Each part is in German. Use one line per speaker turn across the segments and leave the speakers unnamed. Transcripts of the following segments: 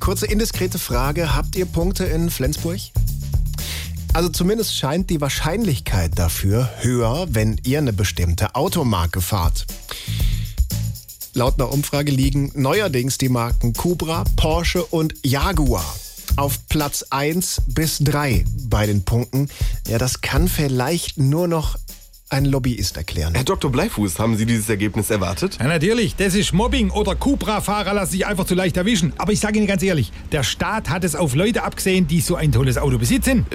Kurze indiskrete Frage, habt ihr Punkte in Flensburg? Also zumindest scheint die Wahrscheinlichkeit dafür höher, wenn ihr eine bestimmte Automarke fahrt. Laut einer Umfrage liegen neuerdings die Marken Cobra, Porsche und Jaguar auf Platz 1 bis 3 bei den Punkten. Ja, das kann vielleicht nur noch ein Lobbyist erklären.
Herr Dr. Bleifuß, haben Sie dieses Ergebnis erwartet?
Ja, natürlich, das ist Mobbing oder Cupra-Fahrer lassen sich einfach zu leicht erwischen. Aber ich sage Ihnen ganz ehrlich, der Staat hat es auf Leute abgesehen, die so ein tolles Auto besitzen.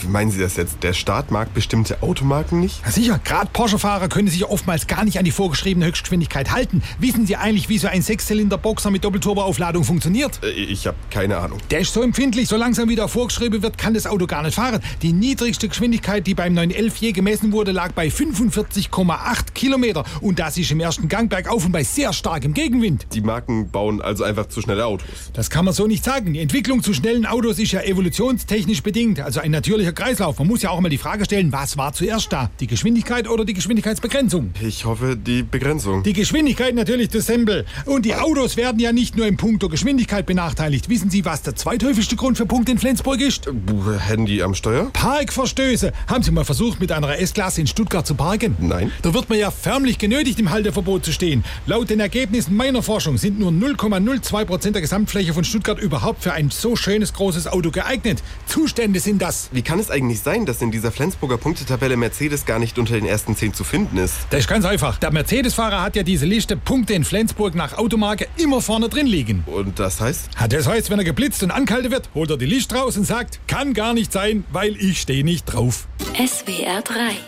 Wie meinen Sie das jetzt? Der Staat mag bestimmte Automarken nicht?
Ja, sicher, gerade Porsche-Fahrer können sich ja oftmals gar nicht an die vorgeschriebene Höchstgeschwindigkeit halten. Wissen Sie eigentlich, wie so ein Sechszylinder-Boxer mit Doppelturboaufladung funktioniert?
Äh, Ich habe keine Ahnung.
Der ist so empfindlich, so langsam wie der vorgeschrieben wird, kann das Auto gar nicht fahren. Die niedrigste Geschwindigkeit, die beim 911 je gemessen wurde, lag bei 45,8 Kilometer. Und das ist im ersten Gang bergauf und bei sehr starkem Gegenwind.
Die Marken bauen also einfach zu schnelle Autos.
Das kann man so nicht sagen. Die Entwicklung zu schnellen Autos ist ja evolutionstechnisch bedingt, also ein natürlicher Kreislauf. Man muss ja auch mal die Frage stellen, was war zuerst da? Die Geschwindigkeit oder die Geschwindigkeitsbegrenzung?
Ich hoffe, die Begrenzung.
Die Geschwindigkeit natürlich das Sample. Und die Autos werden ja nicht nur im Punkto Geschwindigkeit benachteiligt. Wissen Sie, was der zweithäufigste Grund für Punkte in Flensburg ist?
Buh, äh, Handy am Steuer?
Parkverstöße. Haben Sie mal versucht, mit einer S-Klasse in Stuttgart zu parken?
Nein.
Da wird man ja förmlich genötigt, im Halteverbot zu stehen. Laut den Ergebnissen meiner Forschung sind nur 0,02 Prozent der Gesamtfläche von Stuttgart überhaupt für ein so schönes großes Auto geeignet. Zustände sind das.
Wie kann es eigentlich sein, dass in dieser Flensburger Punktetabelle Mercedes gar nicht unter den ersten zehn zu finden ist?
Das ist ganz einfach. Der Mercedes-Fahrer hat ja diese Liste Punkte in Flensburg nach Automarke immer vorne drin liegen.
Und das heißt?
Ja, Das heißt, wenn er geblitzt und angehalten wird, holt er die Liste raus und sagt, kann gar nicht sein, weil ich stehe nicht drauf.
SWR 3